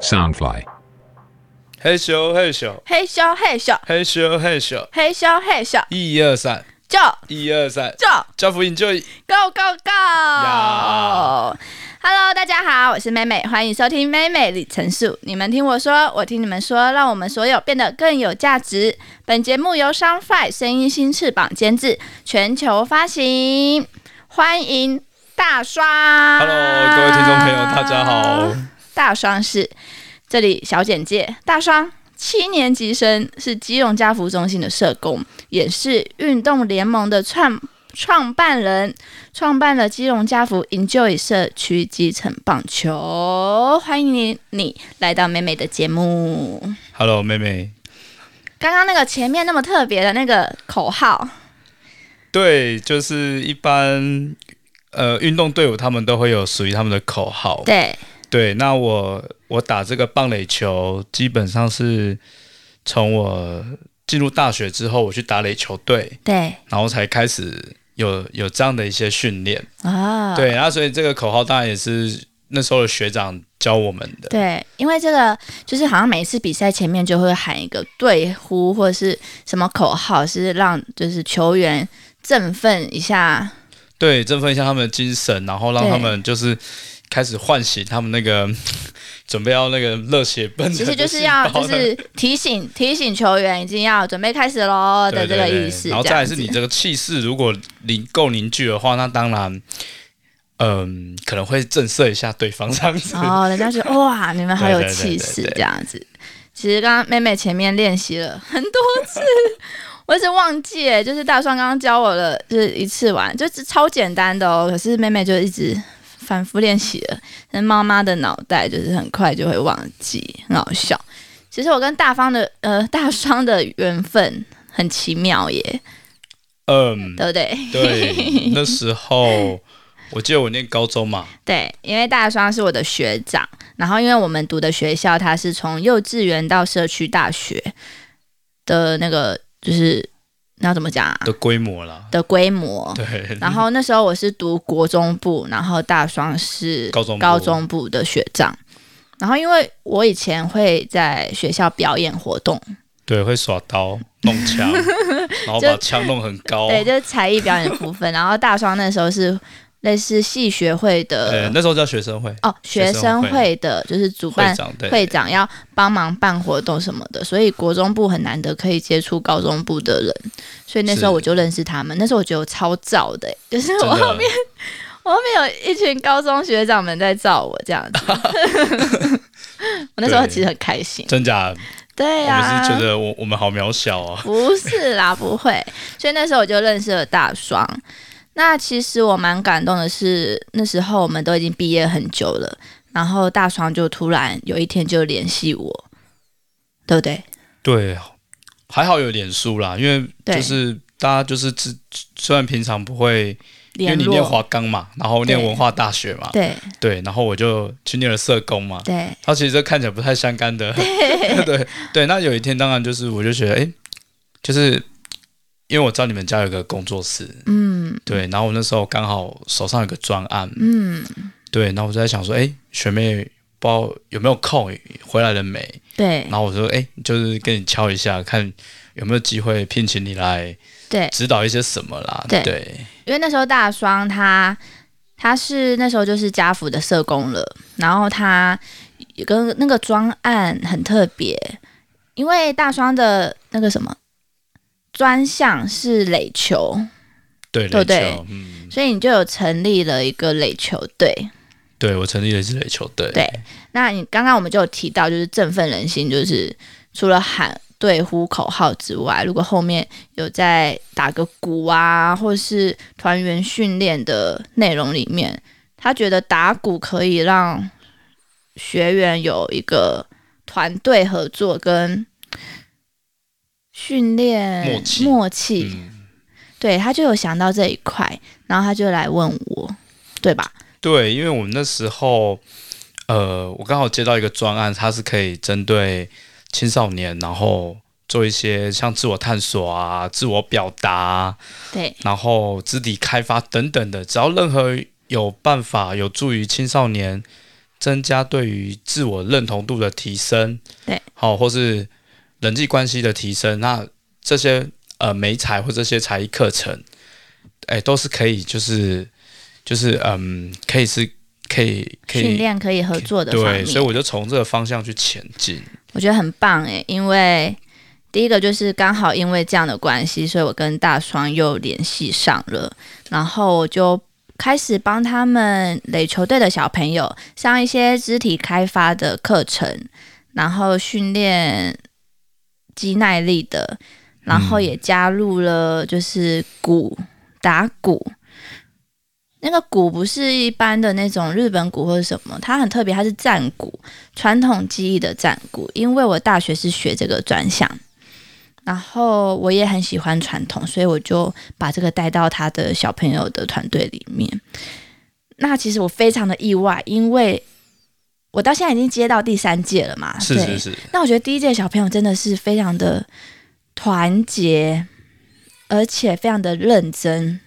Soundfly. 嘿咻嘿咻嘿咻嘿咻嘿咻嘿咻，嘿咻嘿咻，一二三，就一二三，就教辅引就 Go Go Go！Hello，呀大家好，我是妹妹，欢迎收听《妹妹里程数》。你们听我说，我听你们说，让我们所有变得更有价值。本节目由 Soundfly 声音新翅膀监制，全球发行。欢迎大双 Hello，各位听众朋友，大家好。大双是这里小简介，大双七年级生，是基隆家福中心的社工，也是运动联盟的创创办人，创办了基隆家福 Enjoy 社区基层棒球。欢迎你你来到美美的节目。 Hello，妹妹。刚刚那个前面那么特别的那个口号，对，就是一般呃运动队伍他们都会有属于他们的口号。对，对，那我我打这个棒垒球，基本上是从我进入大学之后，我去打垒球队，对，然后才开始有有这样的一些训练。啊，对，然后所以这个口号当然也是那时候的学长教我们的。对，因为这个就是好像每一次比赛前面就会喊一个队呼或者是什么口号，是让就是球员振奋 一下。对，振奋一下他们的精神，然后让对他们就是开始唤醒他们那个 准备要那个热血奔腾的其实就是细要胞就是提醒提醒球员已经要准备开始喽对呃的这对个对意思。然后这再来样是子你这个气势，如果凝够凝聚的话，那当然，嗯、可能会震慑一下 对方这样子。哦，人家觉得哇，你们好对有对对气对势对这样子。其实刚刚妹妹前面练习了很多次，我一直忘记欸， 就是大双刚刚教我了，就是一次玩，就是超简单的哦。可是妹妹就一直反复练习了，但妈妈的脑袋就是很快就会忘记，很好笑。其实我跟大方的呃大双的缘分很奇妙耶，嗯，对不对？对，那时候我记得我念高中嘛，对，因为大双是我的学长，然后因为我们读的学校，他是从幼稚园到社区大学的那个，就是那要怎么讲啊的规模啦，的规模。对， 然后那时候我是读国中部，然后大双是高中部高中部的学长。然后因为我以前会在学校表演活动，对会耍刀弄 枪，然后把枪弄很高。对，就是才艺表演的 部分。然后大双那时候是类似系学会呃的，那时候叫学生会哦，学学生生会会的，就是主会办长，对，会长要帮忙办活动什么的，所以国中部很难得可以接触高中部的人，所以那时候是我就认识他们。那时候我觉得我超燥的、欸就是真我的后面我后面有一群高中学长们在造我这样 子，我那时候对其实很开心。真假，对啊我呀、们是觉得我我们好渺小啊。不是啦，不会。所以那时候我就认识了大双。那其实我蛮感动的是，那时候我们都已经毕业很久了，然后大双就突然有一天就联系我，对不对？对，还好有脸书啦，因为对就是大家就是自虽然平常不会，因为联你念络华冈嘛，然后念对文化大学嘛，对对，然后我就去念了社工嘛，对它其实这看起来不太相干 的，对对那有一天当然就是我就觉得，哎，就是因为我知道你们家有个工作室，嗯对，然后我那时候刚好手上有个专案，嗯，对，然后我就在想说，哎，学妹不知道有没有空回来了没？对然后我说，哎、就是跟你敲一下，看有没有机会聘请你来对，指导一些什么啦。对对因为那时候大双他他是那时候就是家福的社工了，然后他有个那个专案很特别，因为大双的那个什么专项是垒球，对对垒不对球，嗯，所以你就有成立了一个垒球队。对我成立了一支垒球队。对，那你刚刚我们就有提到，就是振奋人心，就是除了喊对呼口号之外，如果后面有在打个鼓啊，或是团员训练的内容里面，他觉得打鼓可以让学员有一个团队合作跟训练默契默契嗯，对他就有想到这一块，然后他就来问我，对吧？对，因为我们那时候，呃，我刚好接到一个专案，它是可以针对青少年，然后做一些像自我探索啊、自我表达啊、对，然后肢体开发等等的，只要任何有办法有助于青少年增加对于自我认同度的提升，对，好、或是人际关系的提升，那这些呃美才或这些才艺课程，哎、都是可以，就是就是嗯，可以是可以可训以练可以合作的方对，，面所以我就从这个方向去前进。我觉得很棒诶，因为第一个就是刚好因为这样的关系，所以我跟大双又联系上了，然后我就开始帮他们垒球队的小朋友上一些肢体开发的课程，然后训练肌耐力的，然嗯后也加入了就是鼓打鼓。那个鼓不是一般的那种日本鼓或者什么，它很特别，它是战鼓，传统技艺的战鼓，因为我大学是学这个专项，然后我也很喜欢传统，所以我就把这个带到他的小朋友的团队里面。那其实我非常的意外，因为我到现在已经接到第三届了嘛，是啊对是是，那我觉得第一届小朋友真的是非常的团结，而且非常的认真，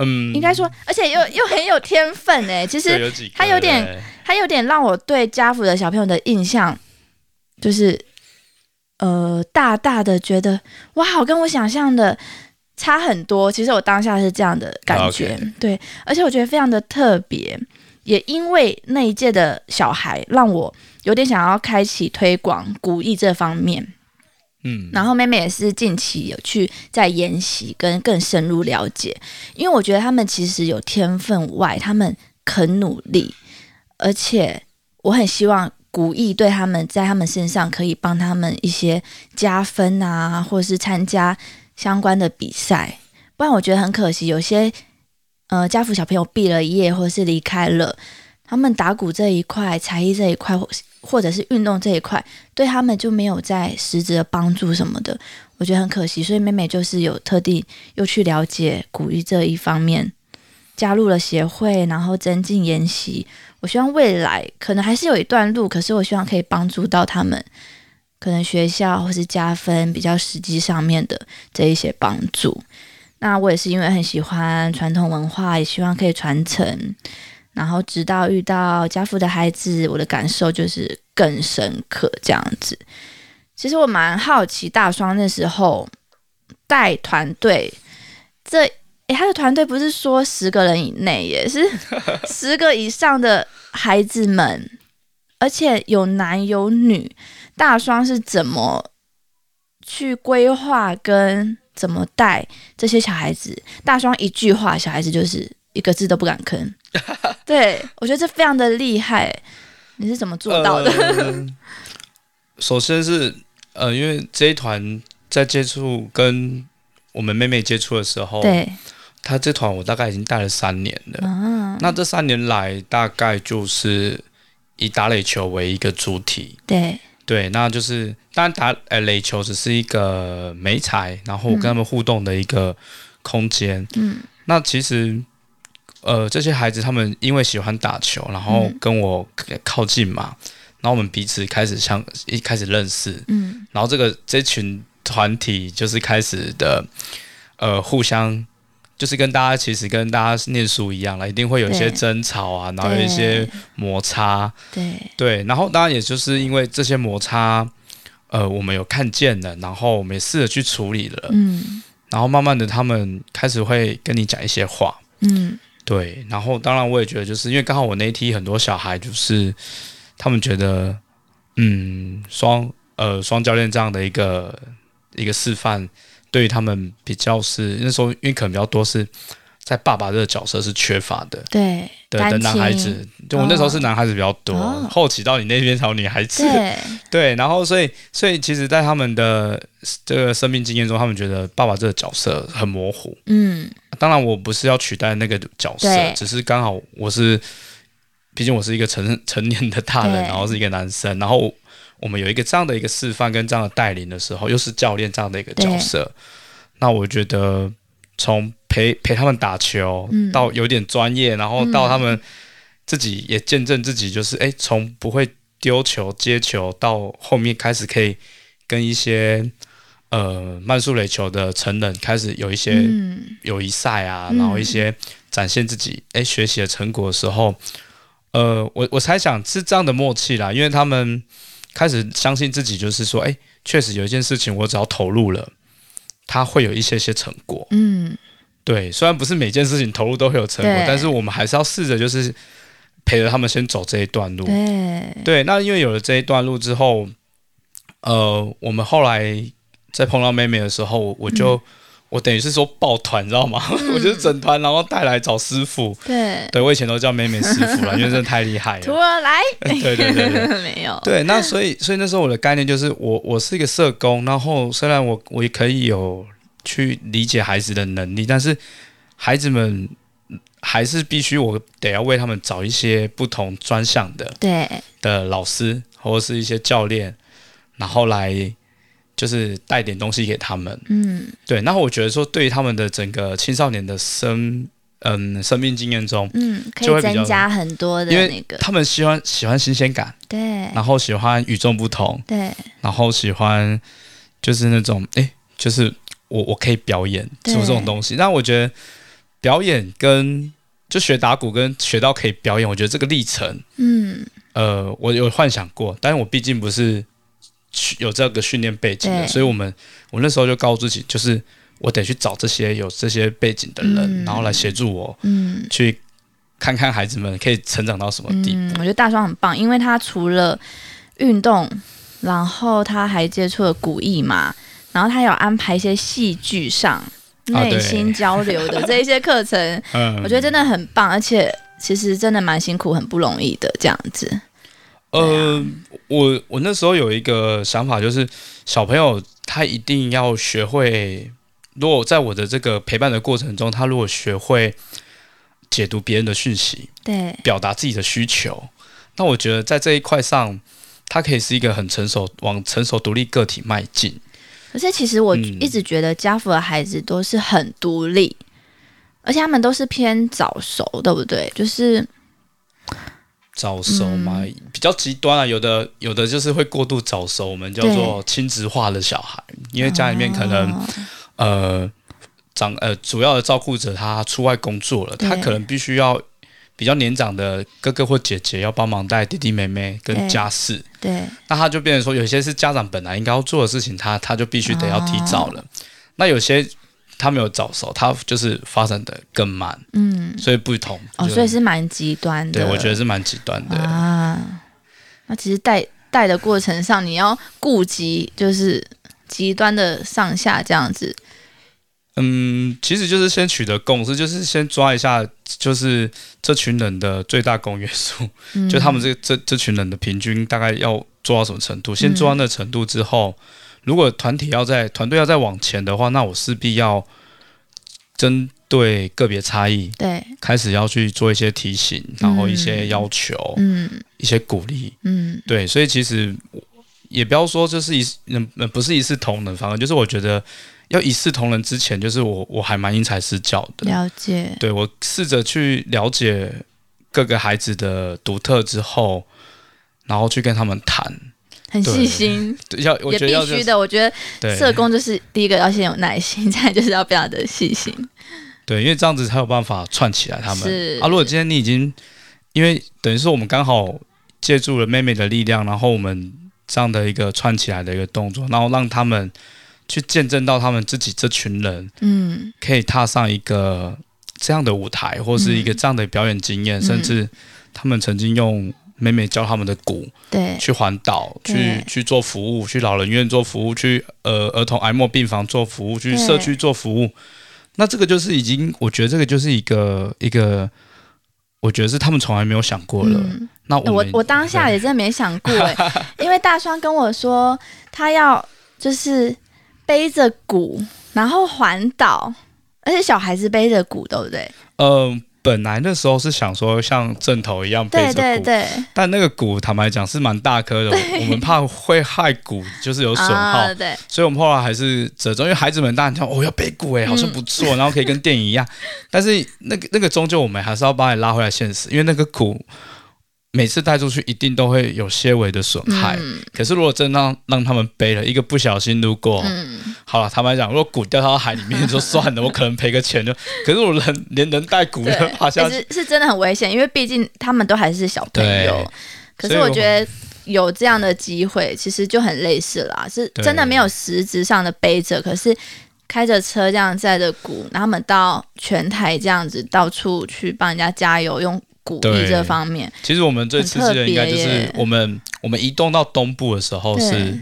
嗯，应该说，而且又又很有天分哎、其实对啊有几个欸他有点对他有点让我对家福的小朋友的印象，就是呃，大大的觉得哇，好跟我想象的差很多。其实我当下是这样的感觉啊 OK 对，而且我觉得非常的特别。也因为那一届的小孩，让我有点想要开启推广古艺这方面。嗯，然后妹妹也是近期有去在研习跟更深入了解，因为我觉得他们其实有天分外，他们肯努力，而且我很希望古意对他们在他们身上可以帮他们一些加分啊，或是参加相关的比赛，不然我觉得很可惜，有些呃家福小朋友毕了业或是离开了，他们打鼓这一块、才艺这一块，或或者是运动这一块。对他们就没有在实质的帮助什么的，我觉得很可惜。所以妹妹就是有特地又去了解古育这一方面，加入了协会，然后增进研习。我希望未来可能还是有一段路，可是我希望可以帮助到他们，可能学校或是加分比较实际上面的这一些帮助。那我也是因为很喜欢传统文化，也希望可以传承。然后直到遇到家父的孩子，我的感受就是更深刻这样子。其实我蛮好奇大双那时候带团队，这诶他的团队不是说十个人以内耶，是 十个以上的孩子们，而且有男有女。大双是怎么去规划跟怎么带这些小孩子？大双一句话，小孩子就是一个字都不敢 吭。对，我觉得这非常的厉害。你是怎么做到的？呃首先是呃，因为这一团在接触跟我们妹妹接触的时候，对，她这团我大概已经带了三年了。啊，那这三年来，大概就是以打垒球为一个主体，对，对，那就是当然打呃垒球只是一个媒材，然后我跟他们互动的一个空间。嗯，那其实呃这些孩子他们因为喜欢打球，然后嗯跟我靠近嘛，然后我们彼此开始相一开始认识，嗯，然后这个这群团体就是开始的，呃，互相就是跟大家其实跟大家念书一样了，一定会有一些对争吵啊，然后有一些摩擦，对对，然后当然也就是因为这些摩擦，呃，我们有看见了，然后我们也试着去处理了，对，嗯然后慢慢的他们开始会跟你讲一些话，嗯对，然后当然我也觉得，就是因为刚好我那一批很多小孩，就是他们觉得，嗯，双呃双教练这样的一个一个示范，对于他们比较是那时候，因为可能比较多是在爸爸这个角色是缺乏的对的单的男孩亲子，就我那时候是男孩子比较多，哦后期到你那边才有女孩子，对， 对，然后所以所以其实，在他们的这个生命经验中，他们觉得爸爸这个角色很模糊，嗯当然，我不是要取代那个角色对，只是刚好我是，毕竟我是一个成 成年的大人，对然后是一个男生，然后我们有一个这样的一个示范跟这样的带领的时候，又是教练这样的一个角色，那我觉得从陪陪他们打球、嗯到有点专业，然后嗯到他们自己也见证自己，就是哎，从、不会丢球接球到后面开始可以跟一些。呃，慢速垒球的成人开始有一些嗯友谊赛啊，嗯然后一些展现自己哎学习的成果的时候，呃，我我猜想是这样的默契啦，因为他们开始相信自己，就是说，哎，确实有一件事情，我只要投入了，它会有一些些成果。嗯，对，虽然不是每件事情投入都会有成果对，但是我们还是要试着就是陪着他们先走这一段路。对，对，那因为有了这一段路之后，呃，我们后来在碰到妹妹的时候，我就、我等于是说抱团，你知道吗？ 我就是整团，然后带来找师傅。对，对我以前都叫妹妹师傅了，因为真的太厉害徒了。儿来，对对对对。 没有，对，那所以所以那时候我的概念就是我我是一个社工，然后虽然我我也可以有去理解孩子的能力，但是孩子们还是必须我得要为他们找一些不同专项的对，的老师或者是一些教练，然后来就是带点东西给他们。嗯对，然后我觉得说对于他们的整个青少年的生嗯生命经验中，嗯，可就以会比较增加很多的因为那个，他们喜欢喜欢新鲜感，对然后喜欢与众不同。对然后喜欢就是那种哎，诶就是我我可以表演对出这种东西。那我觉得表演跟就学打鼓跟学到可以表演，我觉得这个历程，嗯呃，我有幻想过，但是我毕竟不是去有这个训练背景的，对所以我们我那时候就告诉自己，就是我得去找这些有这些背景的人，嗯然后来协助我嗯。去看看孩子们可以成长到什么地步。嗯，我觉得大双很棒，因为他除了运动，然后他还接触了古艺嘛，然后他有安排一些戏剧上内对心交流的这一些课程，嗯我觉得真的很棒，而且其实真的蛮辛苦，很不容易的这样子。呃，啊我我那时候有一个想法，就是小朋友他一定要学会，如果在我的这个陪伴的过程中，他如果学会解读别人的讯息，对，表达自己的需求，那我觉得在这一块上，他可以是一个很成熟，往成熟独立个体迈进。可是其实我嗯一直觉得家福的孩子都是很独立，而且他们都是偏早熟，对不对？就是早熟嘛，嗯比较极端啊，有的有的就是会过度早熟，我们叫做亲职化的小孩，因为家里面可能、哦呃长呃主要的照顾者他出外工作了，对他可能必须要比较年长的哥哥或姐姐要帮忙带弟弟妹妹对跟家事，对那他就变成说有些是家长本来应该要做的事情，他他就必须得要提早哦了。那有些他没有早熟，他就是发展的更慢，嗯所以不同。哦，就所以是蛮极端的。对，我觉得是蛮极端的。啊，那其实带带的过程上，你要顾及就是极端的上下这样子。嗯，其实就是先取得共识，就是先抓一下，就是这群人的最大公约数。嗯、就他们这这这群人的平均大概要做到什么嗯程度？先做到那程度之后，如果团体要在团队要再往前的话，那我势必要针对个别差异对，开始要去做一些提醒，然后一些要求、嗯一些鼓励。嗯，对，所以其实我也不要说就是一视嗯嗯不是一视同仁，反而就是我觉得要一视同仁之前，就是我我还蛮因材施教的。了解。对我试着去了解各个孩子的独特之后，然后去跟他们谈，很细心，对要我也觉得必要须就是的。我觉得社对工就是第一个要先有耐心，再来就是要非常的细心。对，因为这样子才有办法串起来他们是啊。如果今天你已经，因为等于说我们刚好借助了妹妹的力量，然后我们这样的一个串起来的一个动作，然后让他们去见证到他们自己这群人嗯，可以踏上一个这样的舞台，或是一个这样的表演经验，甚至他们曾经用妹妹教他们的鼓。对去环岛，对去去做服务，去老人院做服务，去呃儿童癌末病房做服务，去对社区做服务。那这个就是已经，我觉得这个就是一个一个，我觉得是他们从来没有想过了。嗯那欸我我们我当下也真的没想 过哎、因为大双跟我说他要就是背着鼓，然后环岛，而且小孩子背着鼓，对不对？嗯、呃，本来那时候是想说像正头一样背着对鼓，对对，但那个鼓坦白讲是蛮大颗的，我我们怕会害鼓，就是有损耗。啊、对，所以我们后来还是折中，因为孩子们当然讲哦要背骨哎，好嗯像不错，然后可以跟电 影一样，但是那个那个终究我们还是要把你拉回来现实，因为那个鼓每次带出去一定都会有些微的损害。嗯可是如果真让让他们背了，一个不小心如果、嗯，好了，坦白讲，如果骨掉到海里面就算了，我可能赔个 钱就。可是我人连人带骨的 对，爬下其去，实是真的很危险，因为毕竟他们都还是小朋友对。所可是以我我觉得有这样的机会，其实就很类似啦，是对真的没有实质上的背着，可是开着车这样载着鼓，然后他们到全台这样子到处去帮人家加油，用鼓励对这方面，其实我们最刺激的应该就很特别是耶我们我们移动到东部的时候是对，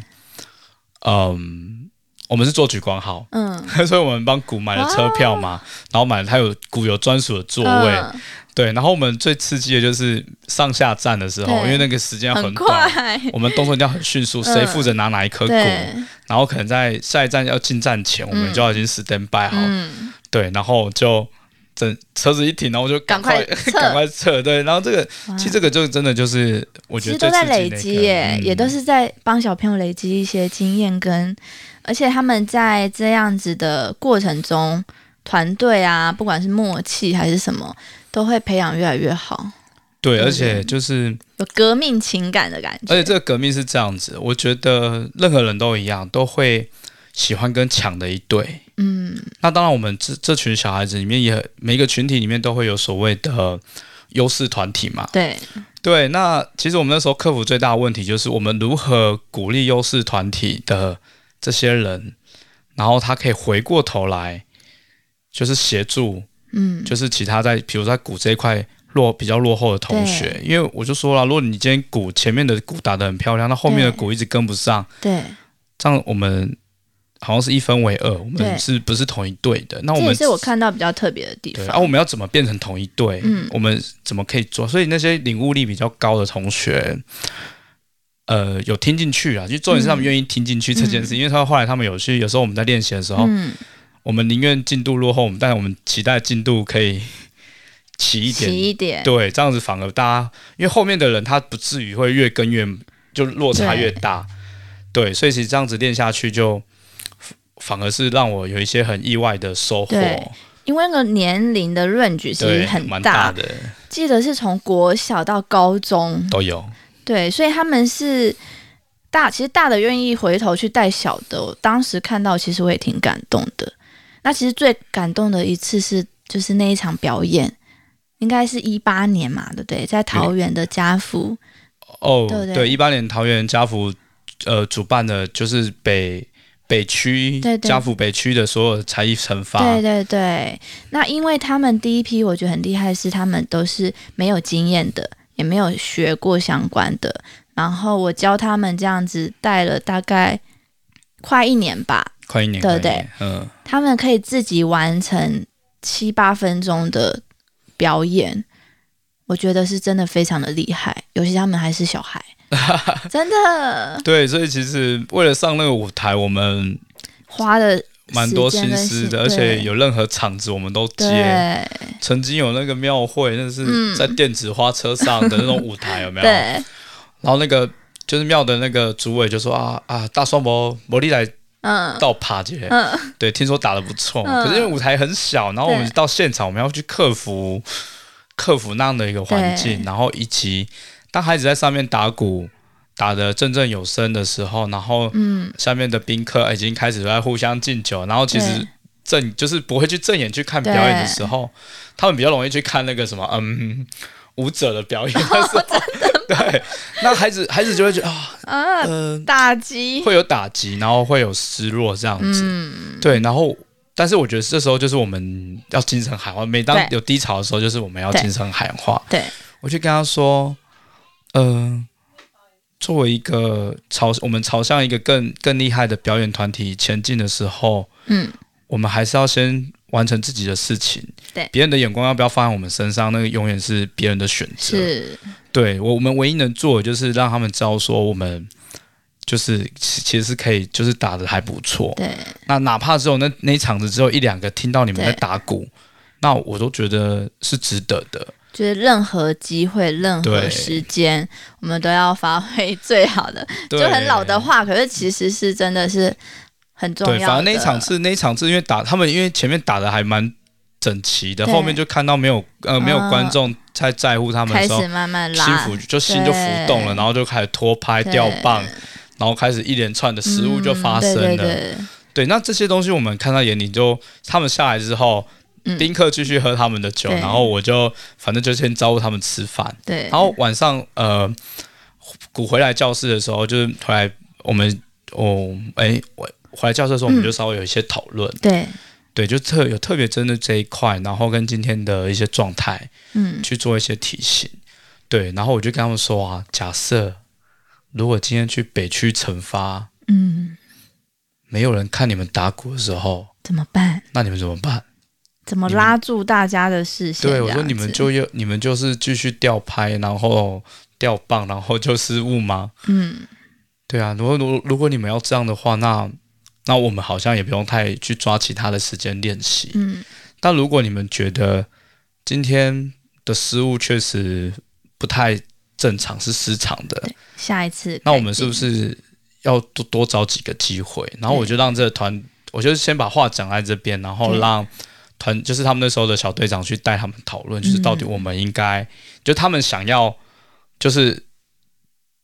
嗯，我们是做举光号，嗯， 所以我们帮鼓买了车票嘛，然后买了它有鼓有专属的座位，啊嗯对。然后我们最刺激的就是上下站的时候，对因为那个时间要 很短，快，嗯我们动作一定要很迅 速，谁负责拿哪一颗鼓，对，然后可能在下一站要进站前，我们就要已经 stand by 好，嗯，对，然后就整车子一停，然后我就 赶快赶快撤赶快撤，对，然后这个哇其实这个就真的就是我觉其得实最都在刺激累的一积个耶，嗯也都是在帮小朋友累积一些经验跟，而且他们在这样子的过程中，团队啊，不管是默契还是什么，都会培养越来越好，对，对而且就是有革命情感的感觉。而且这个革命是这样子，我觉得任何人都一样，都会喜欢跟抢的一对。嗯，那当然，我们这这群小孩子里面也每一个群体里面都会有所谓的优势团体嘛。对，对，那其实我们那时候克服最大的问题就是我们如何鼓励优势团体的这些人，然后他可以回过头来，就是协助，嗯，就是其他在比如在鼓这一块落比较落后的同学，因为我就说了，如果你今天鼓前面的鼓打得很漂亮，那后面的对鼓一直跟不上，对，这样我们好像是一分为二，我对们是不是同一队的？那我这也们是我看到比较特别的地对方。啊，我们要怎么变成同一队？嗯我们怎么可以做？所以那些领悟力比较高的同学，呃，有听进去啊，就重点嗯是他们愿意听进去这件事，因为他们后来他们有去，有时候我们在练习的时候，嗯，我们宁愿进度落后，我们但我们期待进度可以 齐一点，起一点，对，这样子反而大家，因为后面的人他不至于会越跟越就落差越大，对，所以其实这样子练下去就反而是让我有一些很意外的收获，对因为那个年龄的 range 其实对，很蛮的记得是从国小到高中，都有，对，所以他们是大，其实大的愿意回头去带小的。我当时看到，其实我也挺感动的。那其实最感动的一次是，就是那一场表演，应该是一八年嘛，对不对？在桃园的家福，哦对不对，一八年桃园家福呃主办的就是北。北区对对家福北区的所有才艺惩罚，对对对。那因为他们第一批，我觉得很厉害，是他们都是没有经验的，也没有学过相关的。然后我教他们这样子带了大概快一年吧，快一年，对快一对年，嗯，他们可以自己完成七八分钟的表演，我觉得是真的非常的厉害，尤其他们还是 小孩，真的对，所以其实为了上那个舞台，我们花的蛮多心思的，而且有任何场子我们都接。对曾经有那个庙会，那嗯是在电子花车上的那种舞台，有没有？对，然后那个就是庙的那个主委就说啊啊，大双魔魔力来嗯倒爬姐，嗯，对，听说打得不错，嗯可是因为舞台很小，然后我们对到现场，我们要去克服克服那样的一个环境，对然后以及当孩子在上面打鼓打得振振有声的时候，然后嗯下面的宾客已经开始在互相敬酒，然后其实对正就是不会去正眼去看表演的时候，他们比较容易去看那个什么嗯舞者的表演 的时哦候， 对，那孩子孩子就会觉得啊，啊，嗯、打击，会有打击，然后会有失落这样子，嗯，对，然后。但是我觉得这时候就是我们要精神喊话，每当对有低潮的时候，就是我们要对精神喊话。对，我就跟他说，嗯、作为一个朝我们朝向一个更更厉害的表演团体前进的时候，嗯，我们还是要先完成自己的事情。对别人的眼光要不要放在我们身上，那个永远是别人的选择。是，对我，我们唯一能做的就是让他们知道说我们。就是其其实是可以，就是打的还不错。对那哪怕只有那那一场子只有一两个听到你们在对打鼓，那我都觉得是值得的。就是任何机会、任何对时间，我们都要发挥最好的。对就很老的话，可是其实是真的是很重要对，的。反正那一场是那一场是因为打他们，因为前面打的还蛮整齐的，对啊后面就看到没有呃没有观众太在乎他们的开时候始，慢慢心拉浮，就心就浮动了，对然后就开始拖拍对掉棒，然后开始一连串的失误就发生了。嗯对对对，那这些东西我们看到眼里就，他们下来之后，嗯丁克继续喝他们的酒，对然后我就反正就先招呼他们吃饭，对，对然后晚上呃，鼓回来教室的时候，就是回来我们哦，哎，我回来教室的时候，我们就稍微有一些讨论，对，对，就特有特别针对这一块，然后跟今天的一些状态嗯，去做一些提醒，对，然后我就跟他们说啊，假设如果今天去北区惩罚，嗯，没有人看你们打鼓的时候，怎么办？那你们怎么办？怎么你们拉住大家的视线？对，我啊这说样你们子就要你们就是继续吊拍，然后吊棒，然后就失误吗？嗯，对啊，如果如如果你们要这样的话，那那我们好像也不用太去抓其他的时间练习。嗯但如果你们觉得今天的失误确实不太正常，是失常的，下一次改进，那我们是不是要多多找几个机会？然后我就让这个团，我就先把话讲在这边，然后对让团就是他们那时候的小队长去带他们讨论，就是到底我们应该、就他们想要就是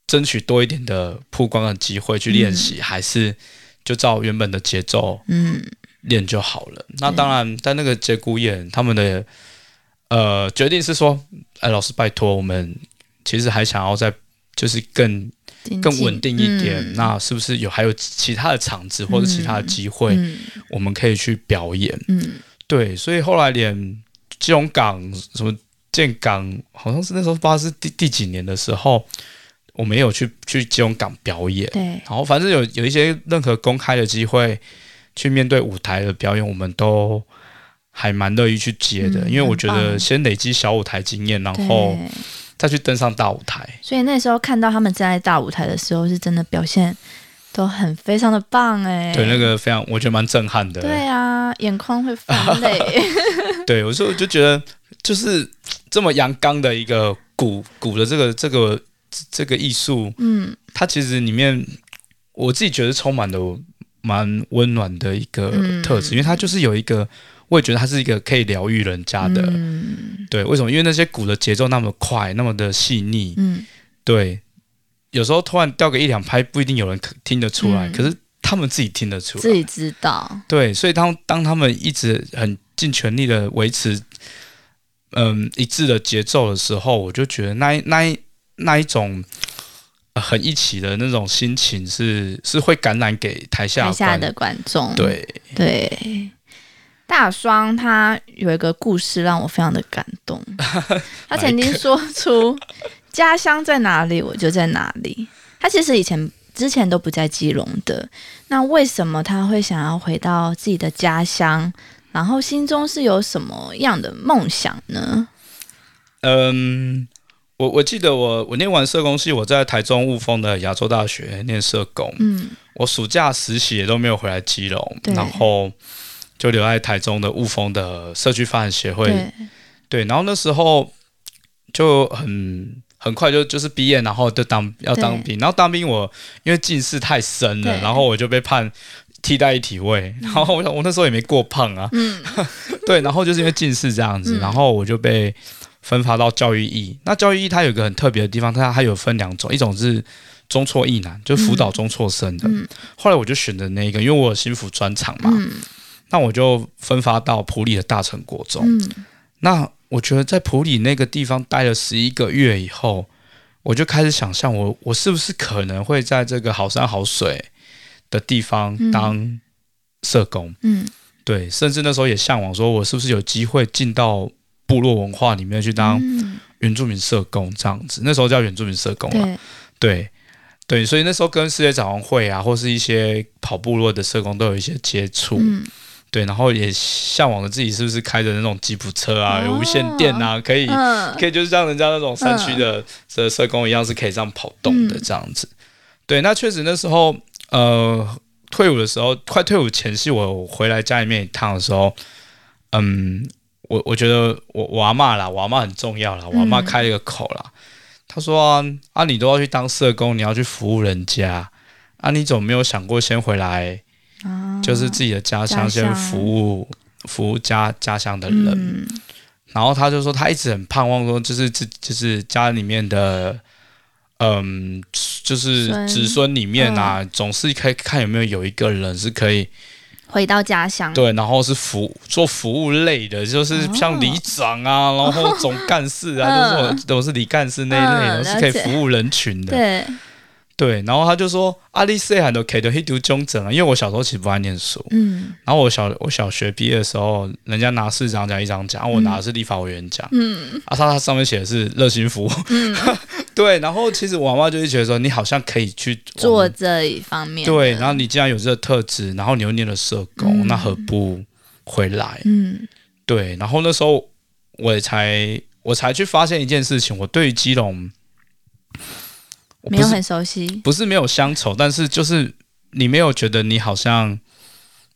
争取多一点的曝光的机会去练习，还是就照原本的节奏嗯练就好了。那当然，在那个节骨眼，他们的呃决定是说，哎，老师拜托，我们其实还想要再就是更更稳定一点，嗯那是不是有还有其他的场子或者其他的机会，嗯我们可以去表演？嗯对，所以后来连基隆港什么建港，好像是那时候不知道是第第几年的时候，我们也有去去基隆港表演。对，然后反正有有一些任何公开的机会去面对舞台的表演，我们都还蛮乐意去接的，嗯因为我觉很得棒先累积小舞台经验，然后对再去登上大舞台。所以那时候看到他们站在大舞台的时候，是真的表现都很非常的棒哎、对，那个非常我觉得蛮震撼的。对啊，眼眶会泛 泪。对，有时候我就觉得就是这么阳刚的一个鼓鼓的这个这个这个艺术，嗯它其实里面我自己觉得充满了蛮温暖的一个嗯特质，因为它就是有一个，我也觉得它是一个可以疗愈人家的。嗯对，为什么？因为那些鼓的节奏那么快，那么的细腻，嗯，对，有时候突然掉个一两拍，不一定有人可听得出来，嗯可是他们自己听得出自来。己知道。对，所以当当他们一直很尽全力的维持，嗯，一致的节奏的时候，我就觉得那一那一那一种。呃很一起的那种心情是是会感染给台下台的下观的观众，对，对，大双他有一个故事让我非常的感 动。他曾经说出“家乡在哪里，我就在哪里”。他其实以前之前都不在基隆的，那为什么他会想要回到自己的家乡？然后心中是有什么样的梦想呢？嗯，我我记得我我念完社工系，我在台中雾峰的亚洲大学念社工，嗯我暑假实习也都没有回来基隆，对然后就留在台中的雾峰的社区发展协会，对，对然后那时候就很。很快就就是毕业，然后就当要当兵，然后当兵我因为近视太深了，对然后我就被判替代一体位，然后我想我那时候也没过胖啊，嗯，对，然后就是因为近视这样子，嗯然后我就被分发到教育役。那教育役它有一个很特别的地方，它它有分两种，一种是中辍役男，就辅导中辍生的。嗯后来我就选择那个，因为我有心服专场嘛，嗯那我就分发到普里的大成国中。嗯那我觉得在普里那个地方待了十一个月以后，我就开始想象我我是不是可能会在这个好山好水的地方嗯当社工。嗯对，甚至那时候也向往，说我是不是有机会进到部落文化里面去当嗯原住民社工这样子。那时候叫原住民社工了，对，对对，所以那时候跟世界展望会啊，或是一些跑部落的社工都有一些接触，嗯对，然后也向往着自己是不是开着那种吉普车啊，哦有无线电啊，可以、嗯可以就是像人家那种山区的社社工一样，是可以这样跑动的嗯这样子。对，那确实那时候呃退伍的时候，快退伍前夕，我回来家里面一趟的时候，嗯，我我觉得我我阿妈啦，我阿妈很重要啦，我阿妈嗯开了一个口啦，她说啊啊，你都要去当社工，你要去服务人家。啊，你怎么没有想过先回来，啊就是自己的家乡家先乡服务服务家家乡的人，嗯，然后他就说他一直很盼望说，就是这就是家里面的，嗯，就是孙嗯子孙里面啊，总是可以看有没有有一个人是可以回到家乡，对，然后是服做服务类的，就是像里长啊， 然后总干事啊，哦嗯都是都是里干事那一类的，嗯是可以了解服务人群的。对，对，然后他就说啊阿里塞喊的 K 的黑读中整啊，因为我小时候其实不爱念书，嗯然后我小我小学毕业的时候，人家拿市长奖、一张奖，啊我拿的是立法委员奖，嗯啊，他他上面写的是热心服务， 对，然后其实我妈妈就会觉得说，你好像可以去做往这一方面，对，然后你既然有这个特质，然后你又念了社工，嗯那何不回来？嗯对，然后那时候我也才我才去发现一件事情，我对于基隆，我没不有是很熟悉，不是没有乡愁，但是就是你没有觉得你好像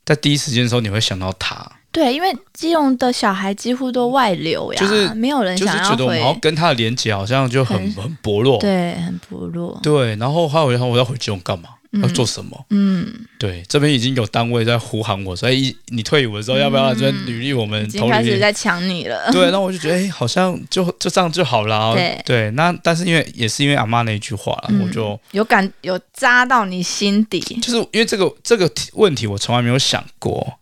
在第一时间的时候你会想到他，对，因为基隆的小孩几乎都外流呀，就是没有人就是想要觉得我们好像回，跟他的连接好像就很很薄弱。对，很薄弱，对然后后来我就想我要回基隆干嘛？嗯要做什么？嗯，对，这边已经有单位在呼喊我，所以一你退伍的时候，要不要来这边履历我嗯已们经投开履始历？在抢你了， 对，那我就觉得，哎、好像就就这样就好了。啊对那但是因为也是因为阿妈那一句话啦，嗯啊我就有感有扎到你心底，就是因为这个这个题问题，我从来没有想过。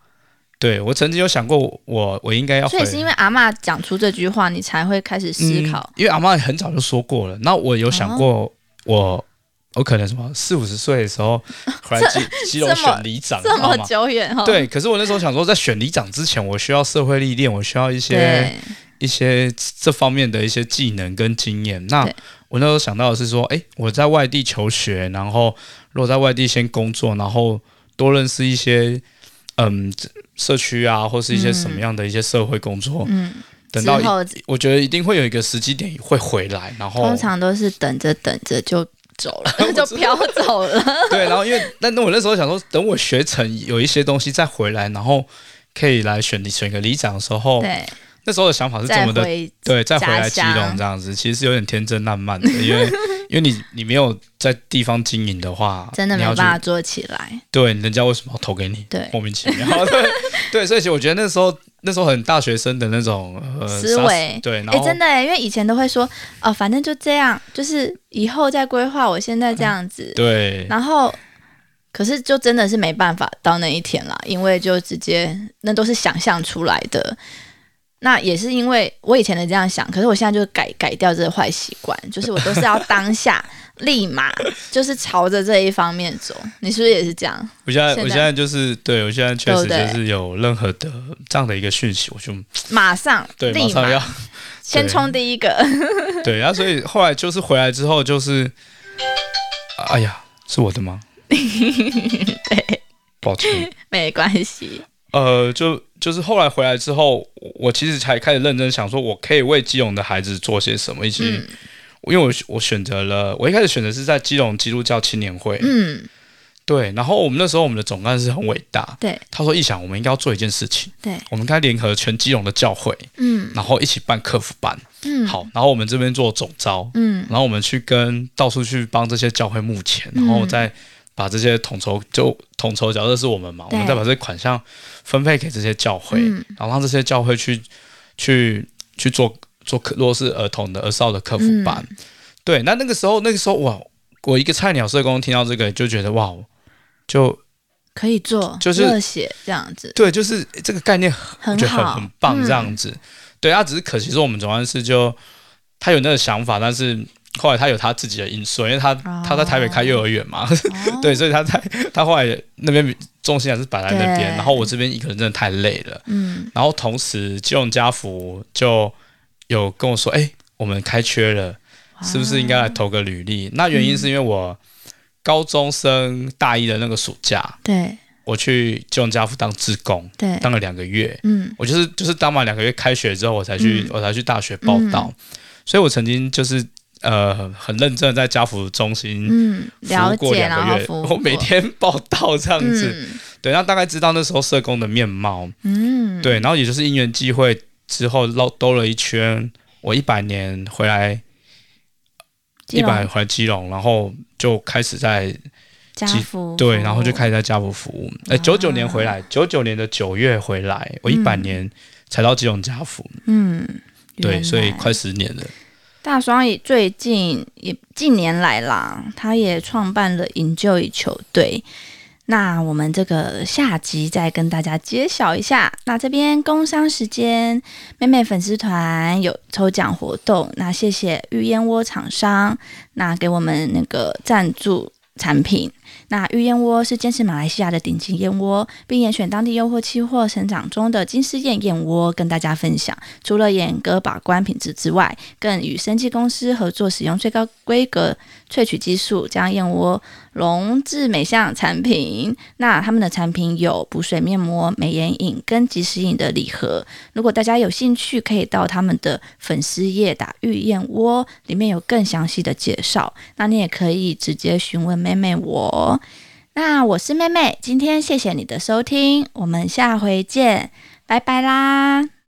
对我曾经有想过我，我我应该要回所以是因为阿嬷讲出这句话，你才会开始思考哦嗯，，因为阿妈很早就说过了。那我有想过我，我可能什么四五十岁的时候回来基基隆 这么选里长，你这知道么吗？久远哦，嗯对，可是我那时候想说，在选里长之前，我需要社会历练，我需要一些对，一些这方面的一些技能跟经验。那对我那时候想到的是说，诶，我在外地求学，然后如果在外地先工作，然后多认识一些嗯社区啊，或是一些什么样的一些社会工作。嗯，哦等到之后我觉得一定会有一个时机点会回来，然后通常都是等着等着就走了， 就飘走了。对，然后因为但那我那时候想说，等我学成有一些东西再回来，然后可以来选选个里长的时候，对，那时候的想法是哦这再么的回对，再回来家基乡隆这样子，其实是有点天真烂漫 的，因为因为你你没有在地方经营的话，真的你没要办去法做起来。对，人家为什么要投给你？对莫名其妙。 对对，所以其实我觉得那时候那时候很大学生的那种呃思杀维对，然哎，后真的耶，因为以前都会说，哦，反正就这样，就是以后再规划，我现在这样子。嗯对然后，可是就真的是没办法到那一天啦，因为就直接那都是想象出来的。那也是因为我以前的这样想，可是我现在就改改掉这个坏习惯，就是我都 是要当下立马，就是朝着这一方面走。你是不是也是这样？我现在现在我现在就是对我现在确实对不就对是有任何的这样的一个讯息，我就马上，对马立马上要先对冲第一个。 对，然后所以后来就是回来之后就是，哎呀，是我的吗？ 对，抱歉。没关系。呃，就就是后来回来之后，我我其实才开始认真想说，我可以为基隆的孩子做些什么，以及、嗯因为我我选择了，我一开始选择是在基隆基督教青年会，嗯，对，然后我们那时候我们的总干事很伟大，对他说一想我们应该要做一件事情，对，我们应该联合全基隆的教会，嗯然后一起办客服班，嗯，，好，然后我们这边做总招，嗯然后我们去跟到处去帮这些教会募钱，然后再把这些统筹就统筹角色是我们嘛，我对们再把这些款项分配给这些教会，嗯然后让这些教会去去去做做客，如果是儿童的儿少的客服班，嗯对，那那个时候那个时候哇，我一个菜鸟社工听到这个就觉得哇，就可以做，就是热血这样子，对，就是这个概念我很觉得很好，很棒嗯这样子。对，他只是可惜说我们总干事就他有那个想法，但是后来他有他自己的因素，因为他、哦他在台北开幼儿园嘛， 哦 对，所以他 在他后来那边重心还是摆在那边，对然后我这边一个人真的太累了，嗯然后同时金融家福就有跟我说，哎、我们开缺了，是不是应该来投个履历？那原因是因为我高中升大一的那个暑假，对我去金融家福当志工，对，当了两个月，嗯我就是就是当满两个月开学之后，我才去、嗯我才去大学报道，所以我曾经就是呃很认真的在家福中心嗯，服了务过解，然两个后月，服务我每天报道这样子，嗯对，那大概知道那时候社工的面貌，嗯，对，然后也就是因缘际会之后绕兜了一圈，我一百年回来基一隆百回来基隆，然后就开始在家几福对，然后就开始在家福服务。哎、九九年回来，啊九九年的九月回来，我一百年才到基隆家福，嗯，原对，来所以快十年了。大双也最近也近年来啦，他也创办了营救一球队。那我们这个下集再跟大家揭晓一下。那这边工商时间，妹妹粉丝团有抽奖活动，那谢谢玉燕窝厂商，那给我们那个赞助产品。那玉燕窝是坚持马来西亚的顶级燕窝，并严选当地优惠期货成长中的金丝燕燕窝，跟大家分享。除了严格把关品质之外，更与生技公司合作，使用最高规格萃取技术，将燕窝溶至每项产品。那他们的产品有补水面膜、美颜饮跟即时饮的礼盒。如果大家有兴趣，可以到他们的粉丝页打“玉燕窝”，里面有更详细的介绍。那你也可以直接询问妹妹我。那我是妹妹，今天谢谢你的收听，我们下回见，拜拜啦。